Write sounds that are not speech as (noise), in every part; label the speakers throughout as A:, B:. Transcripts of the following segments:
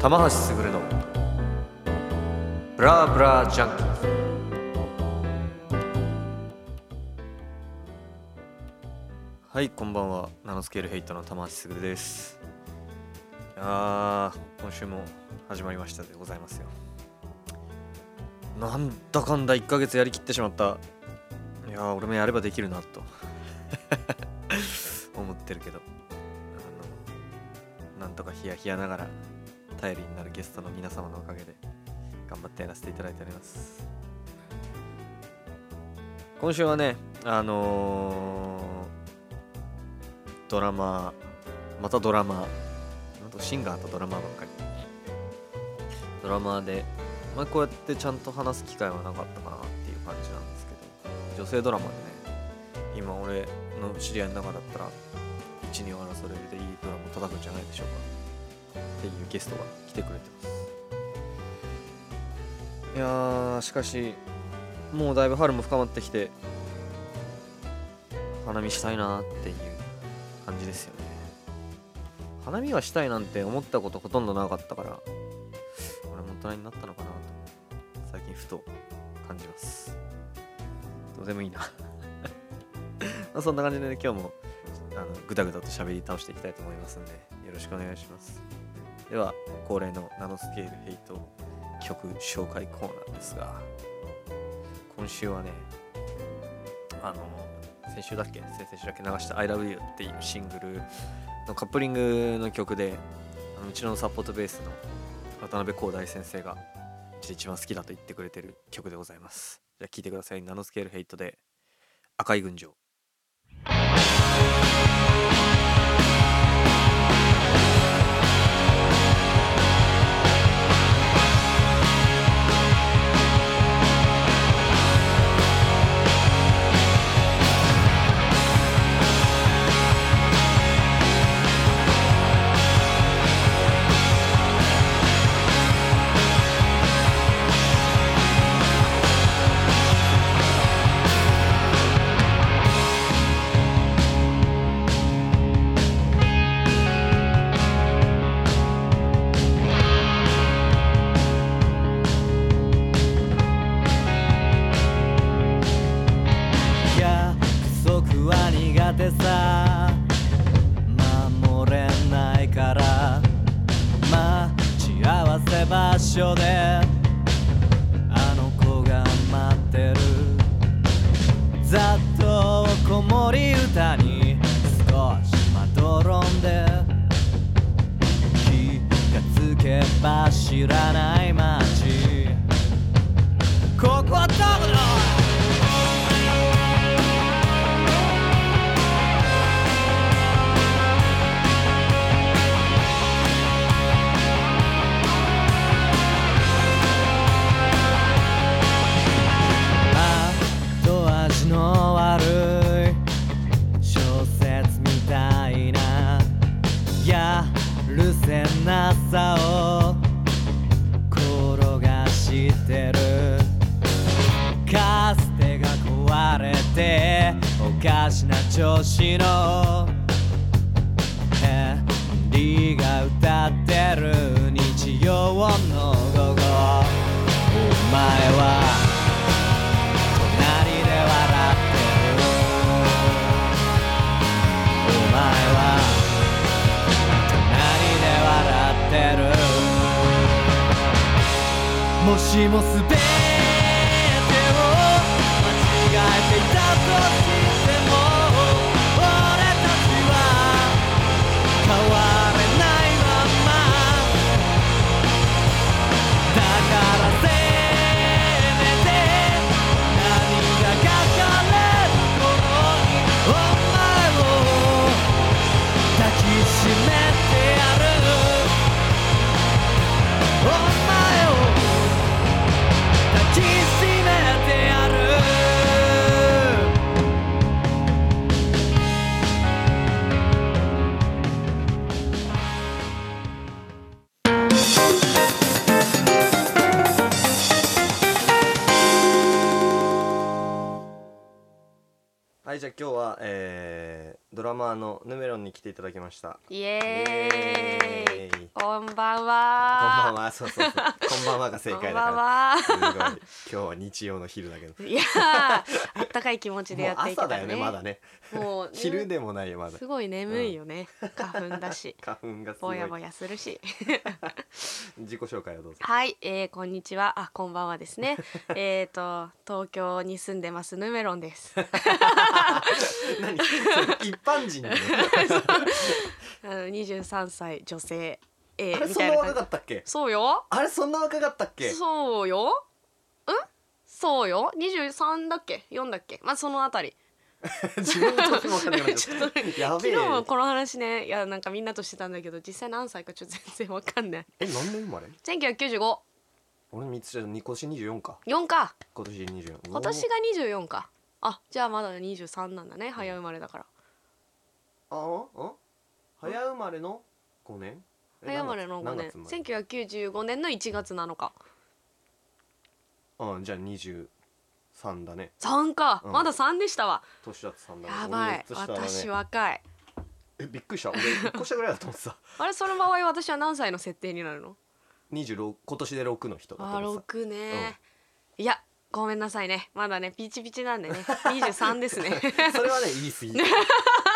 A: 玉橋卓のブラブラジャンキーはいこんばんはナノスケールヘイトの玉橋卓ですあー今週も始まりましたでございますよなんだかんだ1ヶ月やりきってしまったいやー俺もやればできるなと (laughs) 思ってるけどあのなんとかヒヤヒヤながら頼りになるゲストの皆様のおかげで頑張ってやらせていただいております今週はねあのードラマまたドラマあとシンガーとドラマばっかりドラマで、まあ、こうやってちゃんと話す機会はなかったかなっていう感じなんですけど女性ドラマでね今俺の知り合いの中だったら一二を争えるでいいドラマ叩くんじゃないでしょうかっていうゲストが来てくれてますいやーしかしもうだいぶ春も深まってきて花見したいなーっていう感じですよね花見はしたいなんて思ったことほとんどなかったから俺も大人になったのかなと最近ふと感じますどうでもいいな (laughs) まあそんな感じで、ね、今日もあのぐだぐだと喋り倒していきたいと思いますんでよろしくお願いしますでは恒例のナノスケールヘイト曲紹介コーナーですが今週はねあの先週だっけ先々週だっけ流した「ILOVEYOU」っていうシングルのカップリングの曲であのうちのサポートベースの渡辺光大先生がうちで一番好きだと言ってくれてる曲でございますじゃあ聴いてくださいナノスケールヘイトで「赤い群青」
B: 約束は苦手さ守れないから待ち合わせ場所であの子が待ってるざっと子守歌に少しまどろんで気がつけば知らない街ここはどこだ後味の悪い小説みたいなやるせなさを転がしてるカステが壊れておかしな調子のヘンリーが歌ってる日曜の午後お前は隣で笑ってるお前は隣で笑ってるもしも全てを間違えていたとしても俺たちは変われないままだからせめて何がかかってもれる頃にお前を抱きしめてやるお前を抱きしめてやる
A: はいじゃあ今日は、えドラマーのヌメロンに来ていただきました
C: イエーイ
A: イエーイ
C: こんばん
A: こんば
C: は
A: んはそうそうそうこんばんはが正解だ
C: こんばん (laughs)
A: か
C: は
A: らすごい今日は日曜の昼だけど
C: いやーあったかい気持ち
A: も
C: で
A: う
C: やっていけた
A: 朝だよねまだね
C: もう
A: 昼でもないよまだ
C: すごい眠いよね、花粉だし
A: 花粉 (laughs) がすご
C: ぼ
A: い
C: やぼやするし
A: 自己紹介をどうぞ
C: はい、えー、こんにちはあこんばんはで
A: (laughs)
C: すねえっと東京に住んでますヌメロンです
A: 何 (laughs) それ一般人なの
C: あの23歳女性え
A: あれ
C: ー、み
A: そん
C: た
A: ない
C: な感
A: 若
C: じ
A: かったっけ
C: そうよ
A: あれそんな若かったっけ
C: そうよんそうよ23だっけ4だっけまあそのあたり
A: 自分の年も分かんなく
C: (laughs)
A: なっちゃったやべ
C: 昨
A: え
C: 日もこの話ねいやなんかみんなとしてたんだけど実際何歳かちょっと全然わかんない
A: え何年生まれ
C: 1995
A: 俺三つじゃ今年二十四か
C: 4か
A: 今年二十四
C: 今年が24かあじゃあまだ23なんだね早生まれだから
A: あああ早生まれの五年え
C: 早生まれの5
A: 何
C: 年
A: 月何月
C: 1995年の1月7日
A: 生まれあじゃあ二十三だね
C: 3か、
A: うん
C: まだ3でしたわ
A: 年だと三だね
C: やばい、
A: 俺三つ下だね
C: 私若い
A: えびっくりした俺一個下ぐらいだと思ってた (laughs)
C: あれその場合私は何歳の設定になるの
A: 二十六今年で六の人だと
C: あ
A: 思って
C: 6ね、いやごめんなさいねまだねピチピチなんでね23ですね
A: た (laughs) それはね言い過ぎ
C: (laughs)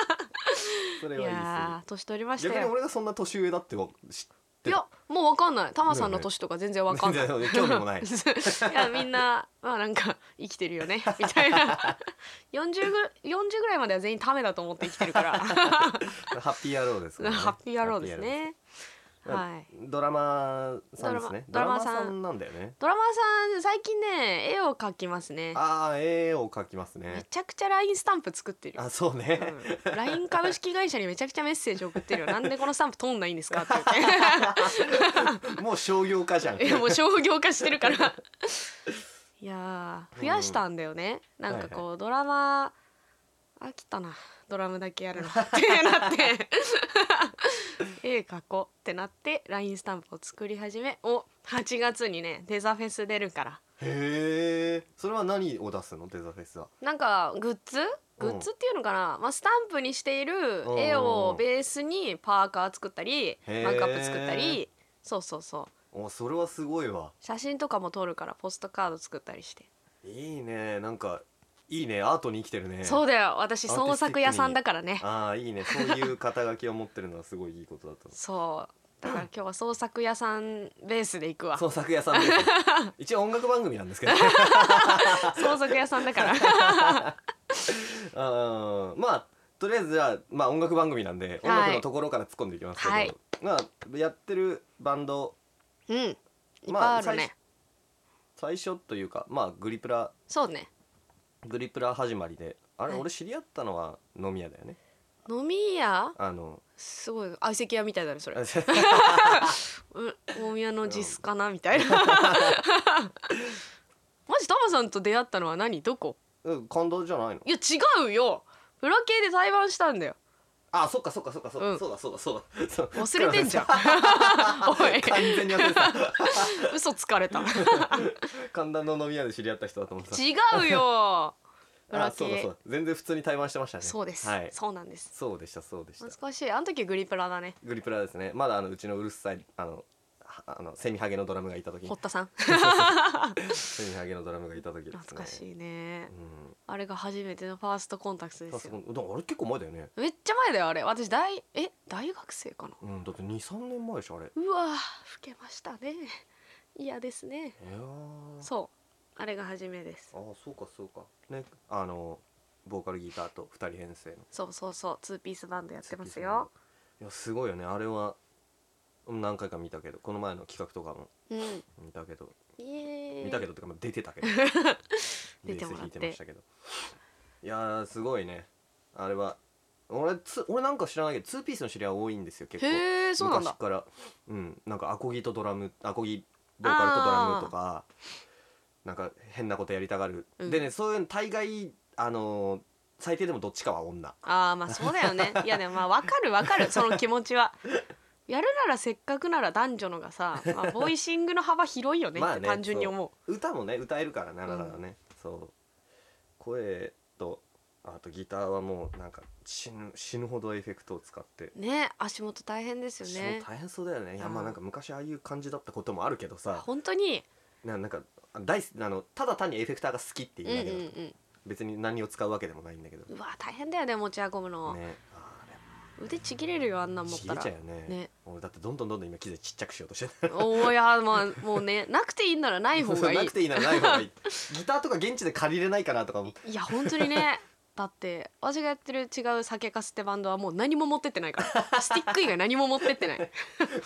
A: それ
C: い
A: は言い過
C: やー年取りまし
A: ぎ
C: た
A: 逆に
C: よ
A: 俺がそんな年上だってわ知って
C: いやもうわかんないタマさんの年とか全然わかんない、
A: 全然興味もない
C: (laughs) いやみんなまあなんか生きてる
A: (laughs)
C: よねみたいな 40, ぐ40ぐらいまでは全員タメだと思って生きてるか
A: (laughs)
C: ら
A: ハッピー野郎ですからね
C: ハッピー野郎です
A: ハッピー
C: ね
A: 野郎
C: はい
A: ドラマーさんですね
C: ドラマ
A: ドラマー
C: ドラマーさ
A: なんだよね
C: ドラマーさん最近ね絵を描きますね
A: ああ絵を描きます
C: め
A: ね
C: ちゃくちゃ LINE スタンプ作ってるよ
A: あそうね、
C: うん LINE 株式会社にめちゃくちゃメッセージ送ってるよなんでこのスタンプ通んないんですかって言っ
A: もう商業化じゃん
C: ていやもう商業化してるから (laughs) いやー増やしたんだよね、なんかこう、ドラマ飽きたなドラムだけや (laughs) るのってなって絵描こうってなって LINE スタンプを作り始めお8月にねデザフェス出るから
A: へえそれは何を出すのデザフェスは
C: なんかグッズグッズっていうのかな、まあ、スタンプにしている絵をベースにパーカー作ったり
A: へー
C: マグカップ作ったりそうそうそう
A: おそれはすごいわ
C: 写真とかも撮るからポストカード作ったりして、
A: いいねなんかいいねアートに生きてるね
C: そう
A: う
C: だよ私
A: アーティスティックに
C: 創作屋さんだからね
A: ああいいねそういう肩書きを持ってるのはすごいいいことだと
C: (laughs)
A: 思
C: そうだから今日は創作屋さんベースで行くわ
A: うそう作屋さん
C: (laughs)
A: です一応音楽番組なんですけど
C: 創作屋さん
A: (laughs)
C: だから
A: あーまあとりあえずじゃあ、まあ、音楽番組なんで音
C: はい
A: 楽のところから突っ込んでいきますけど、
C: はい
A: まあ、やってるバンド
C: うんいっぱい
A: ま
C: あ
A: あ
C: るね、
A: 最初というか、まあ、グリプラ
C: そうね
A: グリプラ始まりであれ、
C: はい
A: 俺知り合ったのは飲み屋だよね
C: 飲み屋
A: あ
C: (laughs)
A: の
C: すごい相席屋みたいだねそれ
A: あ
C: うん大宮の実家かなみたいな (laughs) マジタマさんと出会ったのは何どこ
A: うん感動じゃないの
C: いや違うよプロ系で対バンしたんだよ
A: あそっかそっかそっかそっか、
C: うん
A: そうだそうだそうだそう
C: 忘れてんじゃん (laughs) おい
A: (laughs) 完全に忘れてた
C: 嘘つかれた
A: 神田の飲み屋で知り合った人だと思ってた
C: 違うよプ
A: (laughs)
C: ロ
A: あそうだ
C: 系
A: そうだ全然普通に対話してましたね
C: そうです、
A: はい
C: そうなんです
A: そうでしたそうでした
C: 懐かしいあの時グリプラだね
A: グリプラですねまだあのうちのうるさいあのはあのセミハゲのドラムがいた時
C: 堀田さん
A: セミハゲのドラムがいた時ですね
C: 懐かし
A: い、
C: いね
A: うん
C: あれが初めてのファーストコンタクトで
A: 確
C: す
A: か
C: よ
A: にでもあれ結構前だよね
C: めっちゃ前だよあれ私大え大学生かな
A: うんだって23年前でしょあれ
C: うわ老けましたね嫌ですね
A: いやー
C: そうあれが初めです
A: あーそうかそうかねあのボーカルギターと2人編成の
C: そうそうそうツーピースバンドやってますよ
A: いやすごいよねあれはうん何回か見たけどこの前の企画とかも
C: うん
A: 見たけど
C: イエーイ
A: 見たけどってかまあ出て
C: (laughs)
A: たけど
C: 出てもら
A: 弾
C: っ
A: い
C: て
A: てましたけどいやーすごいねあれは俺つ俺なんか知らないけど2ピースの知り合い多いんですよ結構
C: へえそうなんだ
A: 昔からうんなんかアコギとドラムアコギボーカルとドラムとかなんか変なことやりたがる、
C: うん
A: でねそういうの大概あのー最低でもどっちかは女
C: ああまあそうだ
A: (laughs)
C: よねいやでもまあわかるわかるその気持ちはやるならせっかくなら男女のがさ、まあ、ボイシングの幅広いよね
A: ま
C: っ
A: あ
C: て
A: ね
C: 単純に思う,、
A: 歌もね歌えるからねあなたはね、そう声とあとギターはもうなんか死ぬ死ぬほどエフェクトを使って、
C: ね足元大変ですよ
A: 死
C: ね
A: ぬ大変そうだよねいや
C: うん
A: まあなんか昔ああいう感じだったこともあるけどさ
C: 本当に
A: ななんか大好きあのただ単にエフェクターが好きって
C: うん
A: いう
C: う
A: だ
C: ん
A: けだと、
C: うん
A: 別に何を使うわけでもないんだけど
C: うわ大変だよね持ち運ぶの、
A: ねあ
C: 腕ちぎれるよあんな
A: あ
C: ん持っ
A: ちぎ
C: た
A: れ
C: ら
A: ちゃうよね
C: ね
A: 俺だってどんどんどんどん今機材ちっちゃくしようとしてる
C: おーいやまあもうねなくていいならない
A: (laughs)
C: 方がい
A: ないくていいならない方がいい
C: (laughs)
A: ギターとか現地で借りれないかなとか思って
C: いや本当にねだって私がやってる違う酒かすってバンドはもう何も持ってってないからスティック以外何も持ってってない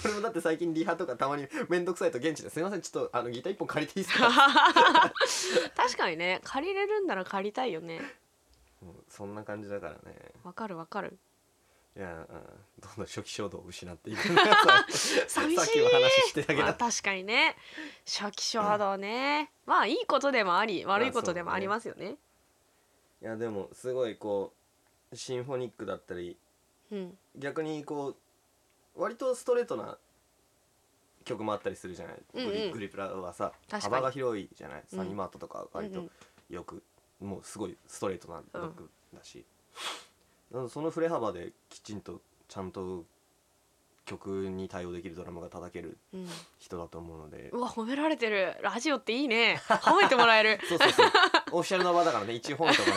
A: 俺もだって最近リハとかたまに面倒くさいと現地ですいませんちょっとあのギター一本借りていいですか
C: (laughs) 確かにね借りれるんなら借りたいよね
A: もうそんな感じだからね
C: わかるわかる
A: いや、うん、どんどん初期衝動を失って
C: (laughs)
A: いくなさ
C: 寂しい
A: さっきも話してたけど、
C: まあ確かにね初期衝動ね、まあいいことでもあり悪いことでもありますよね
A: いやでもすごいこうシンフォニックだったり
C: うん
A: 逆にこう割とストレートな曲もあったりするじゃない、
C: うんうん
A: グリグリプラはさ
C: 確かに
A: 幅が広いじゃない
C: うん
A: サニーマートとか割
C: う
A: と
C: ん
A: よく、もうすごいストレートなロックだし、なのでその振れ幅できちんとちゃんと曲に対応できるドラムが叩ける
C: うん、
A: 人だと思うので
C: うわ褒められてるラジオっていいね褒めてもらえ
A: (laughs)
C: る
A: そうそうそうオフィシャルの場だからね一応本と
C: (laughs)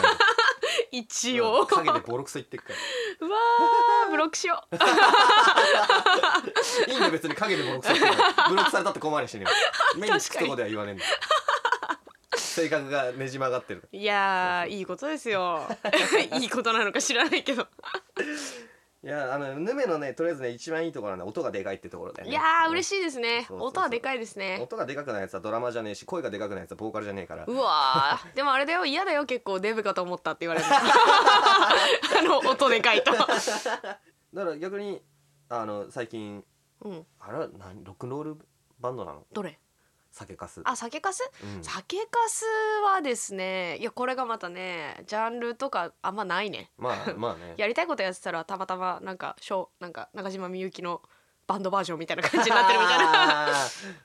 A: かね
C: 一応
A: 陰でボロクソ言ってっか
C: うわーブロックしよ
A: (laughs)
C: う
A: らいいんだよ別に陰でボロクソ言ってるからブロックされたって困りし
C: (laughs)
A: ねえよ目につくとこでは言わねえんだよ (laughs) 性格がねじ曲がってるから
C: いやーいいことで
A: (laughs)
C: すよいいことなのか知らないけど
A: いやあのヌメのねとりあえずね一番いいところはね音がでかいってところだよ
C: い
A: ね
C: やー嬉しいですね
A: そうそうそう
C: 音はでかいですね
A: 音がでかくないやつはドラマじゃねえし声がでかくないやつはボーカルじゃねえから
C: うわーでもあれだよ嫌だよ結構デブかと思ったって言
A: (laughs)
C: われるあの音でかいと、
A: だから逆にあの最近
C: うん、
A: あれは何ロックンロールバンドなの
C: どれ
A: 酒かす
C: あ酒かす
A: うん
C: 酒かすはですねいやこれがまたねジャンルとかあんまないね
A: まあまあね
C: やりたいことやってたらたまたまなんかショーなんか中島みゆきのバンドバージョンみたいな感じになって (laughs) るみたいな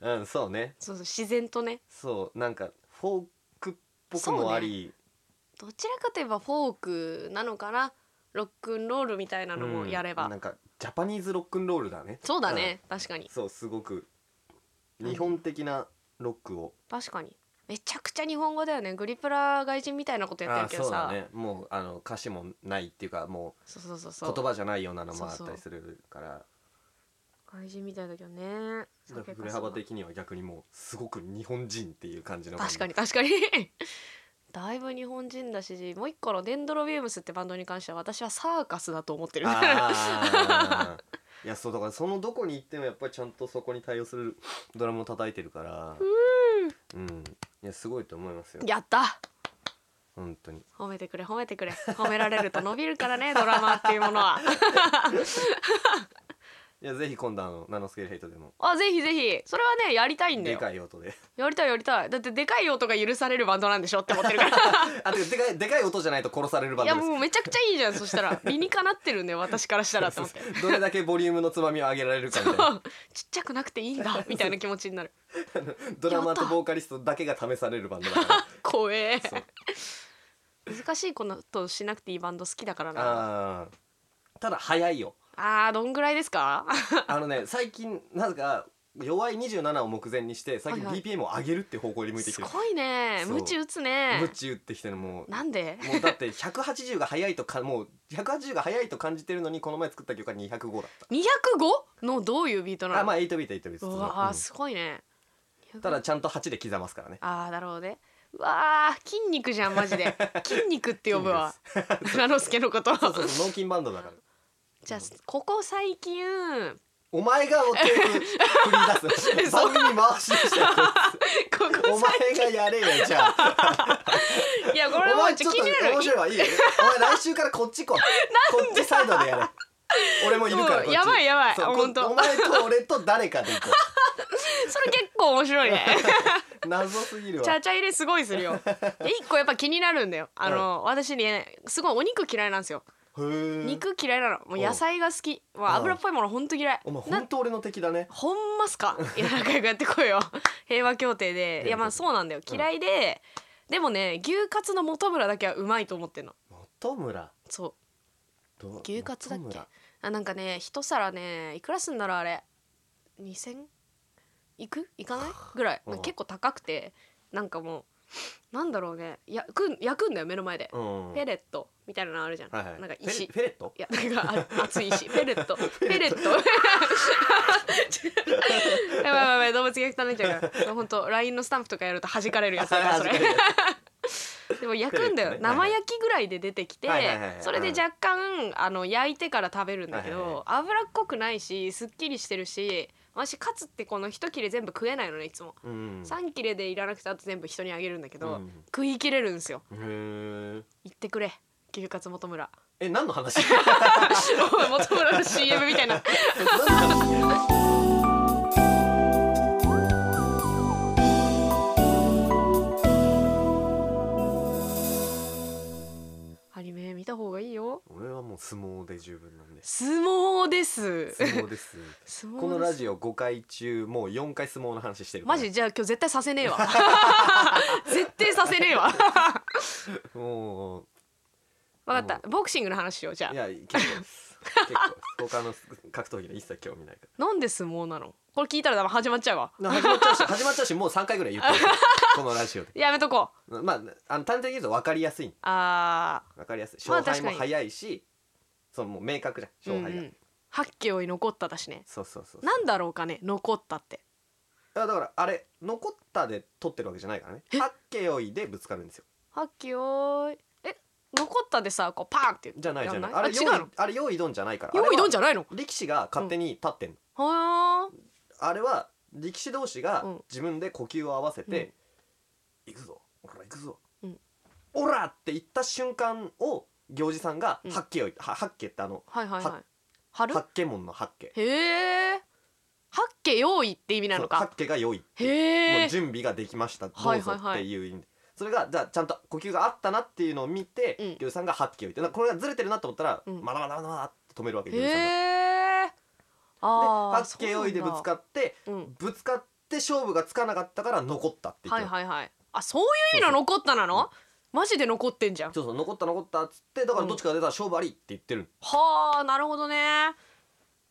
A: な (laughs) うんそうね
C: そうそう自然とね
A: そうなんかフォークっぽくもあり、
C: どちらかといえばフォークなのかなロックンロールみたいなのも
A: うん
C: やれば、
A: なんかジャパニーズロックンロールだね
C: そうだね、確か
A: うん
C: に
A: そうすごく
C: うん
A: 日本的なロックを、
C: 確かにめちゃくちゃ日本語だよねグリプラ外人みたいなことやって
A: あ
C: る
A: ー
C: けど
A: そうだ
C: さ
A: ねもうあの歌詞もないっていうかも
C: そう,、そうそう
A: う
C: そう
A: 言葉じゃないようなのもあっ
C: そう
A: た
C: そう
A: りするから
C: 外人みたいだけどね
A: だから振れ幅的には逆にもうすごく日本人っていう感じの
C: 確か
A: に
C: に確かに (laughs) だいぶ日本人だしもう一個のデンドロビウムスってバンドに関しては私はサーカスだと思ってる
A: あ
C: (laughs)
A: ーいやそうだからそのどこに行ってもやっぱりちゃんとそこに対応するドラムを叩いてるからうんいやすごいと思いますよ
C: (laughs) やった
A: 本当に
C: 褒めてくれ褒めてくれ褒められると伸びるからねドラマっていうものはい
A: やぜひ今度あのナノスケールヘイトでも
C: (laughs) あぜひぜひそれはねやりたいんだ
A: で
C: よ
A: かい音で (laughs)
C: やりたいやりたいだってでかい音が許されるバンドなんでしょって思ってるから
A: (laughs) あてかでかいでかい音じゃないと殺されるバ
C: い
A: ン
C: や
A: ドです
C: もうめちゃくちゃいいじゃんそしたら理にかなってるんだよ私から
A: (laughs)
C: したらと思って
A: どれだけボリュームのつまみを上げられるかみたいな
C: (laughs) ちっちゃくなくていい
A: (laughs)
C: んだみたいな気持ちになる
A: ドラマーとボーカリストだけが試されるバンドだから
C: 怖え
A: そう
C: 難しいことしなくていいバンド好きだからな
A: あーただ早いよ
C: あーどんぐらいですか
A: あのね最近なぜか弱い27を目前にして最近
C: はいはい
A: BPM を上げるって方向に向いてき
C: す
A: てる
C: ごいね
A: そう
C: 無知打つね
A: ムチ打ってきてるもう
C: なんで
A: もうだって180が早いとかもう180が早いと感じてるのにこの前作った曲は205だっ
C: 205のどういうビートな
A: た
C: の
A: あまあ8ビート8ビート
C: うわー
A: 普通
C: すごいね
A: のうんただちゃんと8で刻ますからね
C: ああなるほどねうわー筋肉じゃんマ
A: (laughs)
C: ジで筋肉って呼ぶわラノスケのこと
A: そうそうそう脳筋バンドだから
C: じゃあここ最近
A: お前がお手振り
C: (laughs)
A: 出す
C: そ
A: 番組回し出したよ
C: ここ
A: お前がやれよじゃ
C: (laughs)
A: あ (laughs)
C: いやこれ
A: お
C: もう
A: 前
C: ち
A: ち
C: ょ
A: ょ
C: っ
A: っ
C: と気
A: と
C: になる
A: 面白いわいいよお前来週からこっ
C: (laughs)
A: ち来いこっちサイドでやれ俺もいるからこっ
C: うん
A: ち
C: やばいやばい
A: そうこ
C: ほんと
A: お前と俺と誰かで行こ
C: それ結構面白
A: (laughs)
C: いね (laughs)
A: う謎すぎる
C: チャ
A: わ
C: ーチャ入れすごいするよ。で一個やっぱ気になるんだよ。あの、私ねすごいお肉嫌いなんですよ。
A: へー
C: 肉嫌いなの。もう野菜が好き。ま
A: うん
C: あ油っぽいもの本当嫌い。
A: お前
C: な
A: 本当俺の敵だね
C: ほんますか。いや仲良くやって
A: (laughs)
C: こいよ。平和協定で。いやまあそうなんだよ。嫌いで、でもね牛カツの元村だけはうまいと思ってんの。
A: 本村
C: そう。
A: ど
C: 牛カツだっけ
A: 中村
C: あなんかね一皿ねいくらすんだろうあれ 2,000? いく
A: (laughs)
C: いかないぐらい、
A: うん
C: 結構高くてなんかもうなんだろうね焼くん焼くんだよ目の前で、
A: うん
C: ペレットみたいなのあるじゃん、
A: はいはい
C: なんか
A: フェレ
C: 石い
A: フェレット
C: やなんか
A: (laughs)
C: あ熱い石ペレットペレットやばいやばいやばい動物が汚いんじゃうから本当 LINE のスタンプとかやると弾かれるやつだからそれ
A: あー確かに
C: でも焼くんだよ、
A: ペレットね
C: 生焼きぐらいで出てきて、
A: はいはいはいはい
C: それで若干、あの焼いてから食べるんだけど、
A: はいはい
C: 脂っこくないしすっきりしてるし私カツってこの一切れ全部食えないのねいつも、
A: (laughs) うん
C: 3切れでいらなくてあと全部人にあげるんだけど、
A: うん
C: 食い切れるんですよ
A: へえ
C: 言ってくれ牛カツ元
A: (laughs)
C: 村
A: え何の
C: (laughs)
A: 話
C: おい元村の CM みたいなアニメ見た方がいいよ
A: 俺はもう相撲で十分なんで
C: 相撲です
A: 相撲
C: (laughs)
A: です
C: 相撲
A: このラ
C: オ
A: ジオ5回中もう4回相撲の話してるから
C: マジじゃあ今日絶対させね
A: (laughs)
C: えわ絶対させねえわ
A: もう
C: 分かったボクシングの話しようじゃ
A: いや
C: あ
A: 結構です (laughs) 結構です他の格闘技に一切興味ないか
C: なんで相撲なのこれ聞いたら多分始まっちゃうわ
A: らな (laughs) 始まっちゃうし始まっちゃうしもう3回ぐらい言ってる
C: (laughs)
A: このラジオで
C: やめとこう
A: まああの単純に言うと分かりやすい
C: あ
A: 分かりやすい
C: まあ
A: 勝敗も
C: 確かに
A: 早いし、そのもう明確じ
C: ー
A: ゃん勝敗が、
C: うんうん八景に残っただしね
A: そうそうそうそう
C: なんだろうかね残ったって
A: あだからあれ残ったで取ってるわけじゃないからね八景追いでぶつかるんですよ
C: 八景え残ったでさこうパーンって
A: じゃないじゃない
C: やん
A: あれ
C: あ違う
A: 用
C: の
A: 意あれ用意どんじゃないから
C: 用意どん
A: ゃ
C: じゃないの
A: 力士が勝手に立ってんの、
C: は
A: あれは力士同士
C: う
A: が
C: ん
A: 自分で呼吸を合わせて「行くぞオラ行くぞ、
C: うん
A: オラ!」って言った瞬間を行司さんが
C: うん
A: 八景をは八景ってあの
C: あはいはいは
A: はい
C: 春
A: 八景門の八景
C: へえ八景用意って意味な
A: そう
C: の
A: 八
C: か
A: 景が良い
C: へ
A: も
C: え
A: う準備ができましたど
C: はいう
A: ぞ
C: はいはい
A: っていう意味で、それがじゃあちゃんと呼吸があったなっていうのを見て、
C: うん
A: 行司さんが八景を言ってなんかこれがずれてるなと思ったら、
C: うん
A: まだまだまだまだって止めるわけ行司さんが。
C: へえ
A: で
C: あ
A: 八景追いでぶつかって
C: るうん
A: ぶつかって勝負がつかなかったから残ったって言っ
C: は
A: て
C: い
A: る
C: はいはいあそういう意味の残ったなのマジで残ってんじゃん
A: そうそう残った残ったっつってだか
C: う
A: ら
C: ん
A: どっちかが出たら勝負ありって言ってる、
C: はあなるほどね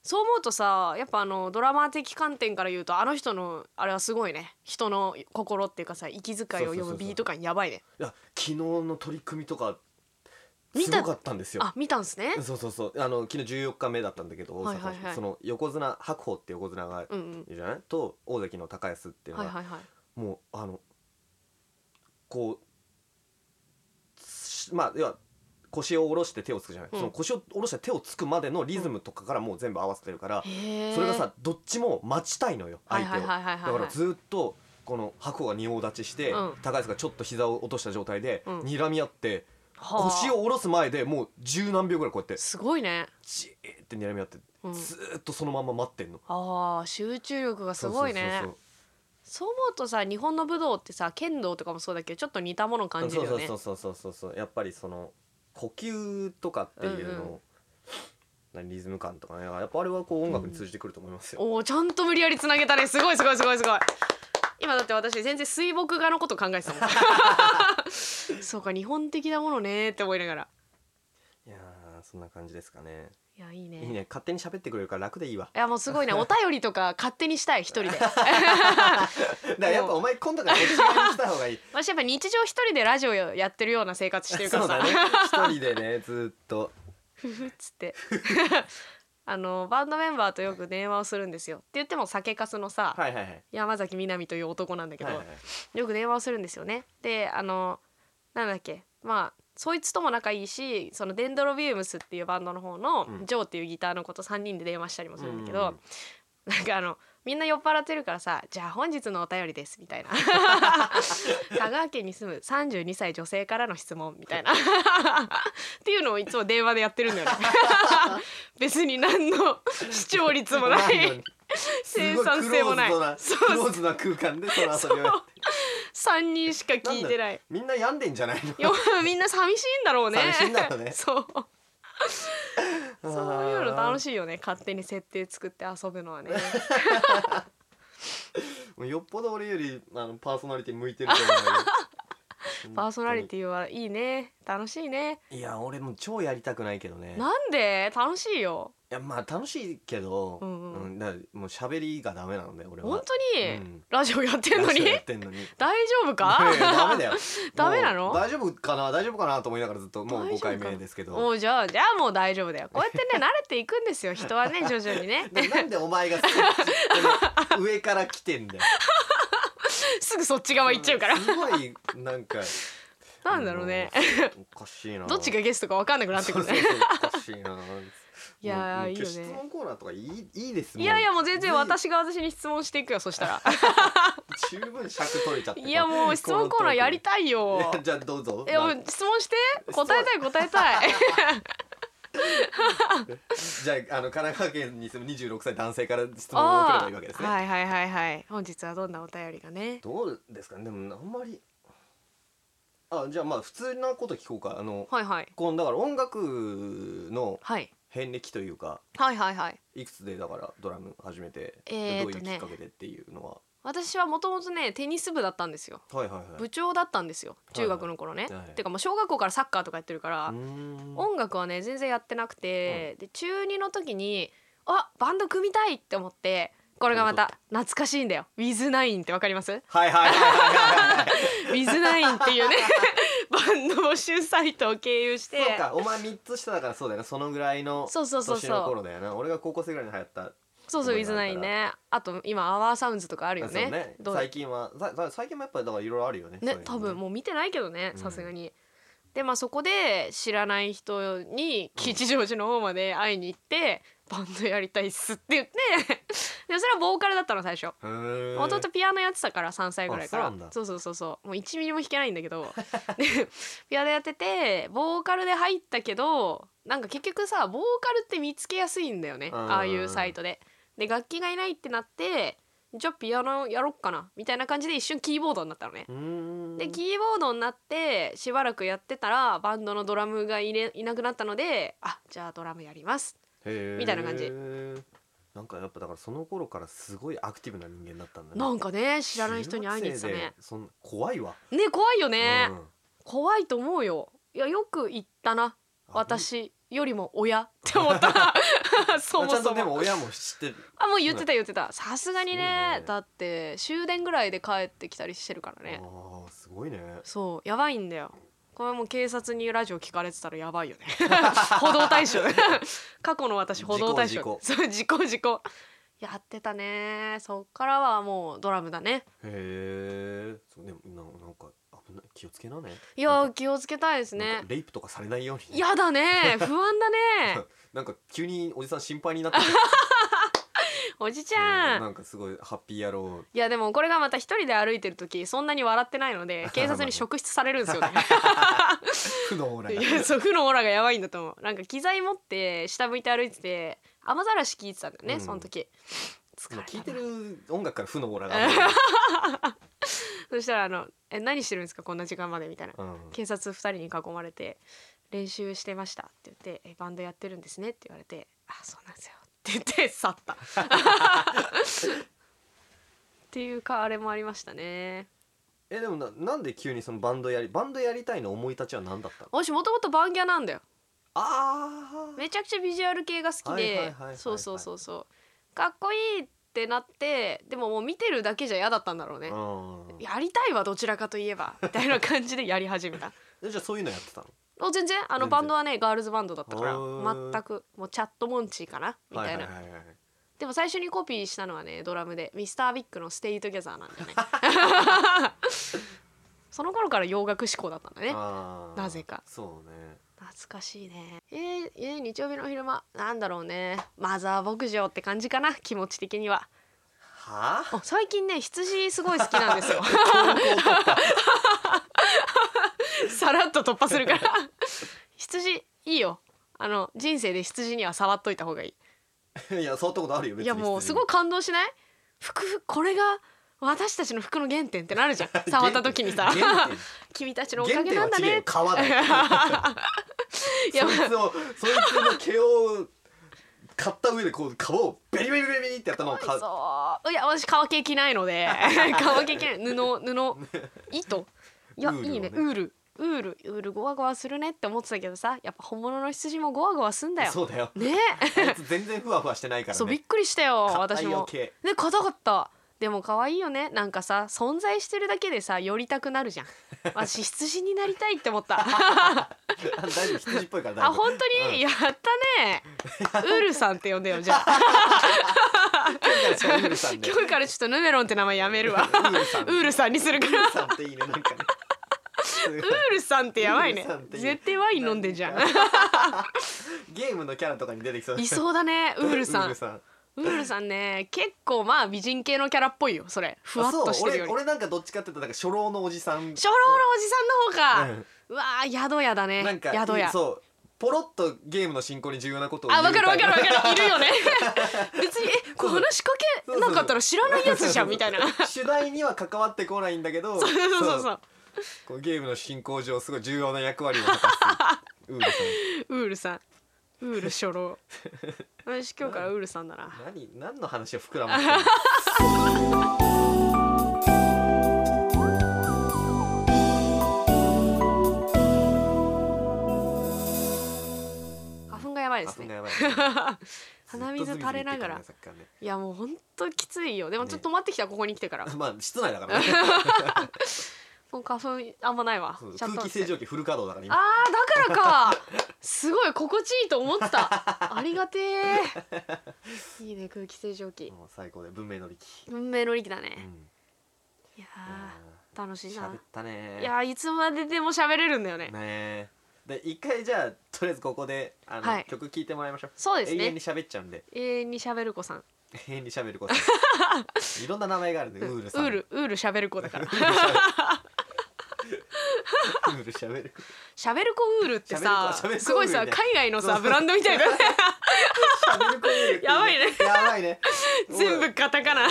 C: そう思うとさやっぱあのドラマ的観点から言うとあの人のあれはすごいね人の心っていうかさ息遣い
A: そう
C: を読
A: そうそうそ
C: む
A: う
C: ビート感やばいね
A: いや昨日の取り組みとか
C: 見
A: す
C: た
A: ごかったんですよ
C: あ見たんすね
A: そうそうそうあの昨日14日目だったんだけど大阪、
C: はいはいはい
A: その横綱白鵬って横綱がい
C: うん
A: るじゃない、と大関の高安って
C: う
A: い
C: ん
A: うの
C: はい
A: が、
C: はいはい
A: もうあのこうしまあ要は腰を下ろして手をつくじゃない、
C: うん
A: その腰を下ろして手をつくまでのリズムとかからもう全部合わせてるから、
C: へえ
A: それがさどっちも待ちたいのよ
C: は
A: 相
C: い
A: 手を。
C: はいはいはいは
A: だ
C: い
A: からずっとこの箱が仁王立ちして、
C: うん
A: 高安がちょっと膝を落とした状態で、
C: うん
A: 睨み合って
C: はあ
A: 腰を下ろす前でもう十何秒ぐらいこうやって
C: すごいね
A: じーって睨み合って、
C: うん
A: ずーっとそのまま待ってんの
C: あー集中力がすごいね
A: そう
C: そう思うとさ日本の武道ってさ剣道とかもそうだけどちょっと似たもの感じ
A: そう
C: る
A: そ
C: よ
A: う
C: ね
A: そうそうそうそうそうそうやっぱりその呼吸とかっていうのを、何リズム感とかねやっぱあれはこう音楽に通じてくると思いますよ、
C: おーちゃんと無理やりつなげたねすごいすごいすごいすごい今だって私全然水墨画のこと考えてた
A: (laughs)
C: もんそうか日本的なものねーって思いながら
A: いやーそんな感じですかね
C: いやいいね
A: いいね勝手に喋ってくれるから楽でいいわ
C: いやもうすご
A: (laughs)
C: いねお便りとか勝手にしたい一人で
A: だからやっぱお前今度からこっち側にした方がいい
C: 私やっぱ日常一人でラジオやってるような生活してるから
A: そう
C: さ
A: だね一人でねずーっと
C: ふふっ (laughs) つって (laughs) あのバンドメンバーとよく電話をするんですよって言っても酒かすのさ、
A: はいはいはい
C: 山崎みなみという男なんだけど、
A: はいはい
C: よく電話をするんですよねであのなんだっけまあそいつとも仲いいしそのデンドロビウムスっていうバンドの方の
A: うん
C: ジョーっていうギターの子と3人で電話したりもするんだけ
A: うんう
C: ど
A: ん、
C: なんかあのみんな酔っ払ってるからさ「じゃあ本日のお便りです」み
A: (laughs)
C: たいな香川県に住む32歳女性からの質問みたいなっていうのをいつも電話でやってる
A: (laughs)
C: んだよね別に何の視聴率もな
A: ないの
C: い
A: に
C: 生産性もない
A: すごいクローズ
C: そ
A: ドなクロ
C: う
A: ーズな空間でその遊びをやって
C: 3人しか聞いてない
A: みんな病んでんじゃないの
C: いやみんな寂しいんだろうね
A: 寂しいんだろうね (laughs)
C: (laughs) そうそういうの楽
A: し
C: しいよね勝手に設定作って遊ぶの
A: (laughs)
C: はね
A: いよっぽど俺よりあのパーソナリティ向いてると思うんだ
C: (laughs) パーソナリティはいいね楽しいね
A: いや俺も超やりたくないけどねい
C: なんで楽しいよ
A: やまあ楽しいけど、
C: うんうん
A: だからもう喋りがダメなんで俺は
C: 本当に、
A: うん
C: ラジオやってんのに
A: ラジオやってんの
C: (laughs)
A: に
C: 大丈夫か
A: いやいやダメだよ
C: ダメなの
A: もう大丈夫かな大丈夫かなと思いながらずっともう
C: 大丈
A: 5
C: 夫か
A: 回目ですけ
C: (laughs) も
A: ど
C: うじゃあじゃあもう大丈夫だよこうやってね慣れていくんですよ人はね徐々に
A: (laughs)
C: ね (laughs)
A: でなんでお前が上から来てん
C: (laughs)
A: だよ
C: すぐそっち側行っちゃうから
A: すごいなんか
C: (laughs) なんだろうね
A: うんおかしいな
C: どっちがゲストか分かんなくなってくる
A: そう
C: ね
A: そうそうおかしいない
C: やー
A: もう
C: いいよね
A: 質問コーナーとかいいいいです
C: いやいやもう全然
A: い
C: 私が私に質問していくよそ
A: (laughs)
C: したら
A: い十分尺取れちゃって
C: いやもう質問コーナーやり
A: い
C: たいよ
A: やじゃあどうぞ
C: いやも
A: な
C: う質問して答えたい答
A: (laughs)
C: えたい
A: じゃああの神奈川県に住む26歳男性から質問を送れ
C: あ
A: ばいいわけです
C: ー
A: ね、
C: (laughs) はいはいはいはい本日はどんなお便りがね
A: どうですかねでもあんまりあじゃあまあ普通なこと聞こうかあの
C: はいはい
A: このだから音楽の
C: はい
A: 遍歴というか
C: はいはいはい
A: いくつでだからドラム始めて、
C: えー
A: どうい
C: と
A: うき
C: ね
A: っかけでっていうのは、
C: 私はもともとねテニス部だったんですよ
A: はいはいはい
C: 部長だったんですよ
A: い
C: 中学の頃ね、
A: はい
C: てかもう小学校からサッカーとかやってるから、
A: うーん
C: 音楽はね全然やってなくて、で中2の時にあバンド組みたいって思ってこれがまた懐かしいんだよ「With9」ってわかります
A: はいはいはいは
C: (laughs)
A: いはいはい
C: ?With9 って
A: (laughs)
C: いうねバンド募集サイトを経由して
A: そうかお前3つ下だからそうだよなそのぐらいの
C: そうそうそうそ
A: 年
C: う
A: の頃だよな俺が高校生ぐらいに流行った
C: そうそう「
A: すごいな
C: With9」ねあと今「アワーサウンズとかあるよ
A: そう
C: ね
A: ね
C: どう
A: 最近はささ最近もやっぱりだからいろいろあるよね
C: ね多分もう見てないけどねさすがに。でまあそこで知らない人に吉祥寺の方まで会いに行って、バンドやりたいっすって言ってでそれはボーカルだったの最初。
A: も
C: 弟ピアノやってたから3歳ぐらいか
A: あ
C: ら
A: そうなんだ
C: そうそうそうそうもう1ミリも弾けないんだけど (laughs) でピアノやっててボーカルで入ったけどなんか結局さボーカルって見つけやすいんだよね
A: うん
C: ああいうサイトで。で楽器がいないってなってじゃあピアノやろっかなみたいな感じで一瞬キーボードになったのね。でキーボードになってしばらくやってたらバンドのドラムがいれいなくなったのであじゃあドラムやりますみたいな感じ
A: なんかやっぱだからその頃からすごいアクティブな人間だったんだね
C: なんかね知らない人に会いに行ってた
A: 中学
C: ね
A: 生でそん怖いわ
C: ね怖いよね、
A: うん
C: 怖いと思うよいやよく言ったな
A: あ
C: 私よりも親って思った
A: (laughs)
C: そ
A: まあ
C: も
A: ちゃん
C: そ
A: とで
C: も
A: も親も知ってる
C: あもう言ってた言ってたさすがに
A: す
C: ね
A: ごいね
C: だって終電ぐらいで帰ってきたりしてるからね
A: ああすごいね
C: そうやばいんだよこれもう警察にラジオ聞かれてたらやばいよ
A: (laughs)
C: ね歩道対象 (laughs) 過去の私歩道対象
A: 事故
C: そう事故事故やってたねそっからはもうドラムだね
A: へえでもななんか危ない気をつけなね
C: い
A: な
C: や
A: んか
C: 気をつけたいです
A: なん
C: ね
A: かレイプとかされないようにね
C: やだね不安だね
A: (laughs) なんか急におじさん心配になってきた
C: おじちゃん
A: なんかすごいハッピー野郎
C: いやでもこれがまた一人で歩いてる時そんなに笑ってない
A: (laughs)
C: ので警察に職質されるんですよね。
A: 負のオーラ
C: い
A: が
C: やそう負のオーラがやばいんだと思うなんか機材持って下向いて歩いてて雨ざらし聞いてたんだよね、
A: うん
C: その時疲
A: も
C: れ
A: う
C: た
A: 聞い
C: な
A: てる音楽から負のオーラが、
C: そしたらあの「え何してるんですかこんな時間まで」みたいな
A: うん、
C: 警察2人に囲まれて「練習してました」って言ってえ「バンドやってるんですね」って言われて「あそうなんですよ」って言って
A: (laughs)
C: 去ったっていうかあれもありましたね
A: えでもななんで急にそのバンドやりバンドやりたいの思い立ちは何だったの
C: 私もともとバンギャなんだよ
A: あー
C: めちゃくちゃビジュアル系が好き
A: はいはい
C: で
A: はいはいはい
C: そうそうそうそうかっこいいってなってでももう見てるだけじゃ嫌だったんだろうね
A: うん
C: やりたいはどちらかとい
A: (laughs)
C: えばみたいな感じでやり始めた
A: えじゃあそういうのやってたの
C: お全然
A: 全
C: あの
A: 然
C: バンドはねガールズバンドだったから
A: へー
C: 全くもうチャットモンチーかなみたいな、
A: はいはいはいはい
C: でも最初にコピーしたのはねドラムでミスタービッグの「ステイトギャザーなんだよね
A: (laughs)
C: その頃から洋楽志向だったんだね
A: あー
C: なぜか
A: そうね
C: 懐かしいねえーえー日曜日の昼間なんだろうねマザー牧場って感じかな気持ち的には (laughs)
A: はあ
C: あ最近ね羊すごい好きな
A: (laughs)
C: んですよさらっと突破するから羊いいよあの人生で羊には触っといた方がい
A: (laughs) いや触ったことあるよ
C: い
A: 別
C: い
A: に
C: やもうすご
A: い
C: い感動しない服これが私たちの服の原点ってなる
A: (laughs)
C: じゃん触った時にさ
A: 原点
C: (laughs) 君たちのお
A: 原
C: かげ
A: 点
C: な
A: は
C: んだ
A: ちげえ
C: ね
A: よ川だよ
C: (laughs) いやまあ
A: そいつをそいつの毛を買った上でこう皮をベリベリベリベリってやったのをか (laughs)
C: そういや私皮毛着ないので皮毛着ない布布糸いや、
A: ウールをね
C: いいねウールウールウールゴワゴワするねって思ってたけどさやっぱ本物の羊もゴワゴワすんだよ
A: そうだよ
C: ね
A: あいつ全然ふわふわしてないからね
C: そうびっくりしたよ私も
A: 硬いよ
C: ね硬かったでも可愛いよねなんかさ存在してるだけでさ寄りたくなるじゃん私羊になりたいって思った
A: (laughs) 毛あだいぶ羊っぽいからだいぶ
C: あ本当
A: うん
C: に、やったね
A: (laughs)
C: ウールさんって呼んでよじゃあ
A: だから (laughs) そうウールさんで
C: (laughs) 今日からちょっとヌメロンって名前やめるわ
A: (laughs) ウールさん
C: ウールさんにするか
A: ウー
C: ら
A: ルさんっていいねなんかねすごい
C: ウールさんってやばいね
A: ウールさんっていい
C: 絶対ワイン飲んでんじゃん
A: ゲームのキャラとかに出てきそう
C: いそうだねウールさん
A: さん
C: ウールさんね結構まあ美人系のキャラっぽいよそれふわっとしてるよ
A: あ
C: り
A: そう俺俺なんかどっちかって言ったらなんか初老のおじさん
C: 初老のおじさんの方か、うわー宿屋だ
A: う
C: ね
A: んなんか
C: 宿屋
A: そうポロッとゲームの進行に重要なことを言
C: あ
A: う
C: わかるわかるわ
A: タイ
C: かるいる
A: (laughs)
C: よね別にえこう話しかけなかったら知らないやつじゃんみたいなそう
A: プ主題には関わってこないんだけどそう
C: そうそうそう
A: こうゲームの進行上すごい重要な役割を果たす
C: (laughs)
A: ウール
C: ウールさんウール初老私今日からウールさんだな
A: さん何何の話を膨らませてるの
C: 花粉がやばいです
A: 花粉がやば
C: ね
A: い
C: 鼻水垂れながら
A: ずっとズビズビ言ってたねさっきからね
C: いやもうほんときついよでもちょっと待ってきたここに来てから
A: まあ室内だからね
C: もう花粉あんまないわ
A: そう
C: ちゃん
A: 空
C: と
A: 気清浄機フル稼働だから今
C: あーだからかすごい心地いいと思ったありがてえ
A: (laughs)
C: いいね空気清浄機
A: もう最高で文明の利器
C: 運命の力だ
A: う
C: ね
A: ん
C: いや
A: あ
C: ー楽しい
A: ー喋
C: な
A: ったね
C: いやーいつまででも喋れるんだよね
A: ねえで一回じゃあとりあえずここであの、
C: はい
A: 曲聴いてもらいましょう
C: そうです
A: 永遠
C: ね
A: に喋っちゃうんで
C: 永遠に喋る子さん
A: 永遠に喋る
C: (laughs)
A: こといろんな名前があるんでウールさん
C: ウールウール喋る子だ
A: (laughs)
C: から
A: ウール喋る
C: 喋る子ウールってさ
A: 喋る子喋る子ウールね
C: すごいさ海外のさブランドみたいな
A: (laughs) 喋る子ウールってう
C: やばいね
A: やばいね
C: 全部カタ
A: (laughs)
C: カナ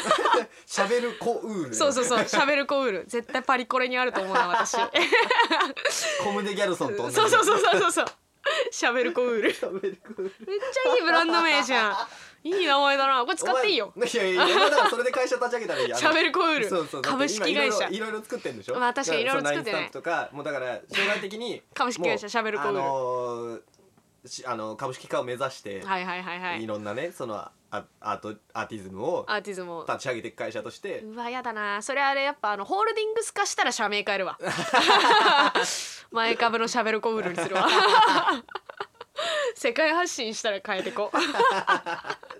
A: 喋る子ウール
C: そうそうそう喋る子ウール絶対パリコレにあると思うな私そう
A: コムデギャルソンと同じ
C: そうそうそうそうそう喋る子ウール
A: 喋る子ウール
C: めっちゃいいブランド名じゃん。いい名前だな。これ使っていいよ
A: お。前いやいやいやお前だからそれで会社立ち上げたらいいあの
C: (laughs) 喋るコール
A: そうそう
C: 株式会
A: だ
C: 社
A: って今いろいろいろいろ作ってんでしょ
C: まあ確かにいろいろ作ってね
A: だからその LINE スタンプとかもうだから将来的に
C: 株式会社
A: もう
C: 喋るコール
A: あのーしあの株式化を目指して
C: はいはいはいはいい。
A: ろんなねそのあアートアーティズムを
C: アーティズムを。
A: 立ち上げていく会社として
C: うわやだな。それあれやっぱあのホールディングス化したら社名変え (laughs) るわ。前株の喋るコウールにする (laughs) わ。世界発信したら変えてこ。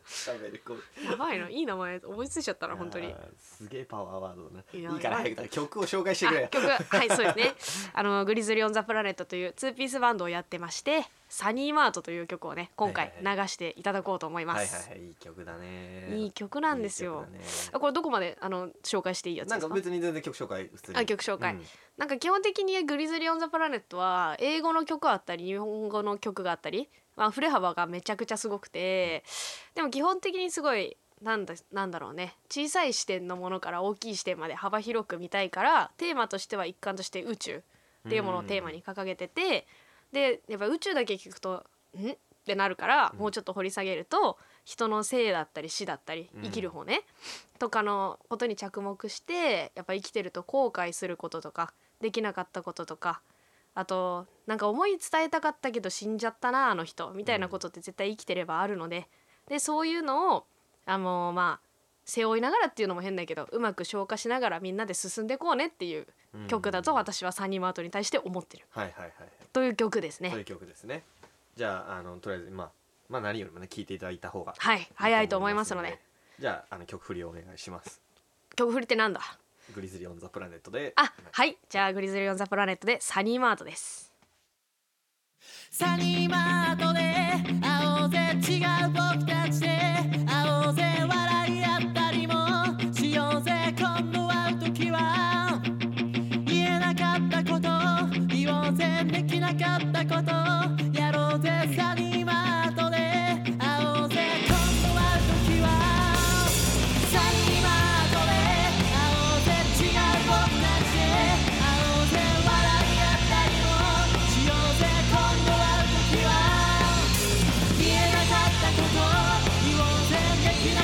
A: 喋るコール
C: やばいな。いい名前思いついちゃったな本当に
A: あ。ーすげえパワーワードだ
C: いや
A: ないいから早く曲を紹介してくれ
C: あ曲はいそうですね (laughs) あのグリズリー・オン・ザ・プラネットというツーピースバンドをやってまして「サニー・マート」という曲をね今回流していただこうと思いま
A: はい
C: す、
A: はいはいいい曲だね
C: いい曲なんですよ。
A: いい曲だ
C: あ
A: ね
C: これどこまであの紹介していいやつ
A: な
C: で
A: ん
C: す
A: か
C: か？
A: 別に全然曲紹介普通に
C: あ曲紹介
A: うん
C: なんか基本的にグリズリー・オン・ザ・プラネットは英語の曲あったり日本語の曲があったり、まあ、振れ幅がめちゃくちゃすごくて、でも基本的にすごいなんだなんだろうね小さい視点のものから大きい視点まで幅広く見たいからテーマとしては一貫として宇宙っていうものをテーマに掲げてて、でやっぱ宇宙だけ聞くと「ん?」ってなるからもうちょっと掘り下げると人の性だったり死だったり
A: うん
C: 生きる方ね、とかのことに着目してやっぱ生きてると後悔することとかできなかったこととかあとなんか思い伝えたかったけど死んじゃったなあの人みたいなことって絶対生きてればあるので,、でそういうのをあのまあ背負いながらっていうのも変だけどうまく消化しながらみんなで進んでこうねっていう曲だと
A: うん
C: 私はサニーマートに対して思ってる
A: はいはいはい
C: という曲です
A: そうい
C: ね
A: う曲ですねじゃああのとりあえずまあまあ何よりもね聴いていただいた方が
C: はい早いと思いますので
A: じゃああの曲振りをお願いします
C: 曲振りってなんだ
A: グリズリー・オン・ザ・プラネットで
C: あはいじゃあグリズリー・オン・ザ・プラネットでサニーマートです
B: サニーマートで会おうぜ違う僕たちで会おうぜ笑い合ったりもしようぜ今度会う時は言えなかったこと言おうぜできなかったことやろうぜサニーマートで会おうぜ今度会う時はサニーマートで会おうぜ違う僕たちで会おうぜ笑い合ったりもしようぜ今度会う時は言えなかったこと言お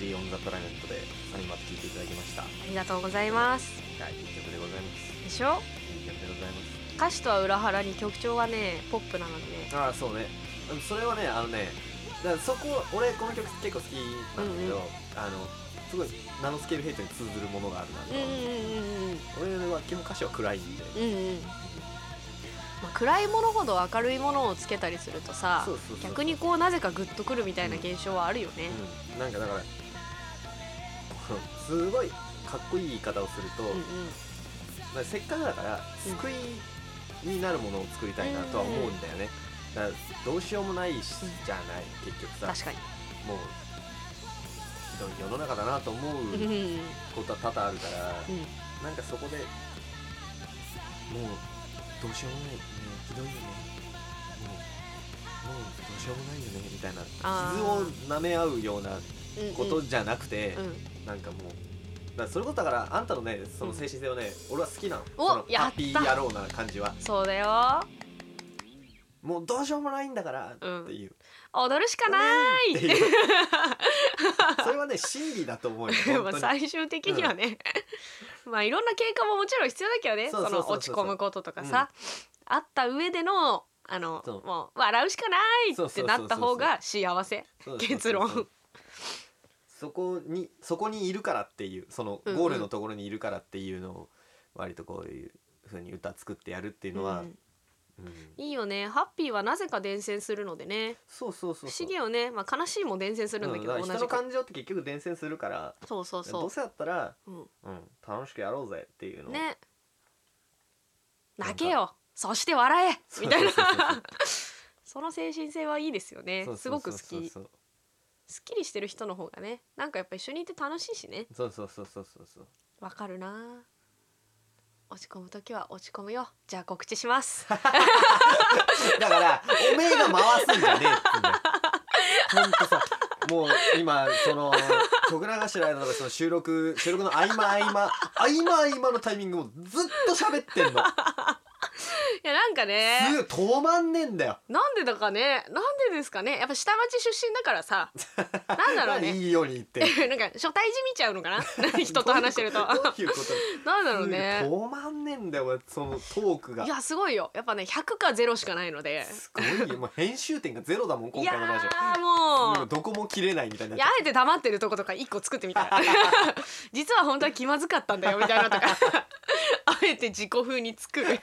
A: 聴いていただきました。
C: りがとうございます
A: はい、いい曲でございます。
C: でしょ
A: いい曲でございます。
C: 歌詞とは裏腹に曲調がねポップなのでね
A: ああそうねうんそれはねあのねだからそこ俺この曲結構好きなんだけど、
C: うん
A: あのすごいナノスケールヘイトに通ずるものがあるなと、
C: う
A: 俺は基本歌詞は暗いんで、
C: んうんうんうんうんうんまあ、暗いものほど明るいものをつけたりするとさ
A: そうそうそう
C: 逆にこうなぜかグッとくるみたいな現象はあるよね、
A: うん、なんかだからこのすごいかっこいい言い方をすると、
C: うんうん
A: まあせっかくだから
C: うん
A: 救いになるものを作りたいなとは思うんだよね、だからどうしようもないし
C: うん
A: じゃない結局さ
C: 確かに
A: もうひどい世の中だなと思う
C: うんうんうん
A: ことは多々あるから、
C: うん
A: なんかそこでもうどうしようもないねひどいよねもうもうどうしようもないよねみたいな
C: あー
A: 傷を舐め合うような
C: うんうん
A: ことじゃなくて、
C: うん
A: なんかもうだからそれこそだからあんたのねその精神性はね、俺は好きなの
C: お
A: その
C: やった
A: ハッピー野郎な感じは
C: そうだよ
A: もうどうしようもないんだからって
C: うん
A: いう、
C: 踊るしかな
A: っ
C: い
A: て
C: (laughs)
A: いうそれはね真理だと思うよ
C: ま
A: 本当
C: あ
A: に
C: 最終的にはね、 (laughs) まあいろんな経過ももちろん必要だけどね
A: そうそ
C: そう
A: そうそう
C: の落ち込むこととかさ、あった上でのあの
A: そう
C: もう笑うしかないってなった方が幸せ
A: そうそうそうそう
C: 結論
A: そこにそこにいるからっていうその
C: うんうん
A: ゴールのところにいるからっていうのを割とこういう風に歌作ってやるっていうのは、
C: うん
A: うん
C: いいよねハッピーはなぜか伝染するのでね
A: そうそうそうそう
C: 不思議よねまあ悲しいも伝染するんだけど、
A: うん、だから人
C: 同じ
A: の
C: く
A: 感情って結局伝染するから
C: そうそう
A: ど
C: そう
A: せだったら、
C: う、
A: うん、楽しくやろうぜっていうの
C: ん、
A: を
C: ね
A: なんか
C: 泣けよそして笑えみたいな
A: そうそうそうそう
C: その精神性はいいですよ (laughs) ね
A: そう
C: す
A: そう
C: ご
A: そ
C: く
A: う
C: 好
A: そう
C: きすっきりしてる人の方がねなんかやっぱ一緒にいて楽しいしね
A: そうそうそうそうそうそう
C: わかるな落ち込む時は落ち込むよじゃあ告知します
A: だからおめえが回すんじゃねえってんだよほんとさもう今その曲流してる間とかその収録収録の合間合間合間合間のタイミングもずっと喋って (laughs) んの
C: いやなんかね
A: すぐ止まんねえんだよ
C: なんでだかねなんでですかねやっぱ下町出身だか
A: (laughs)
C: らさなんだろうね
A: いいように言って
C: (laughs) なんか初対じみちゃ
A: (laughs)
C: うのかな人と話してると
A: どういうこと
C: (laughs) なんだろう
A: す
C: ね
A: ぐ止まんねえんだよ俺そのトークが
C: いやすごいよやっぱね100か0しかないのです
A: ごいよもう編集点がゼロだもん
C: い
A: 今
C: や
A: 回のラジ
C: ー
A: オ
C: も
A: もう
C: う
A: どこも切れないみたいに
C: い
A: な
C: や
A: っ
C: あえて黙ってるとことか1個作って
A: (laughs)
C: みた実は本当は気まずかったんだよみたいなとかあえて自己風に作る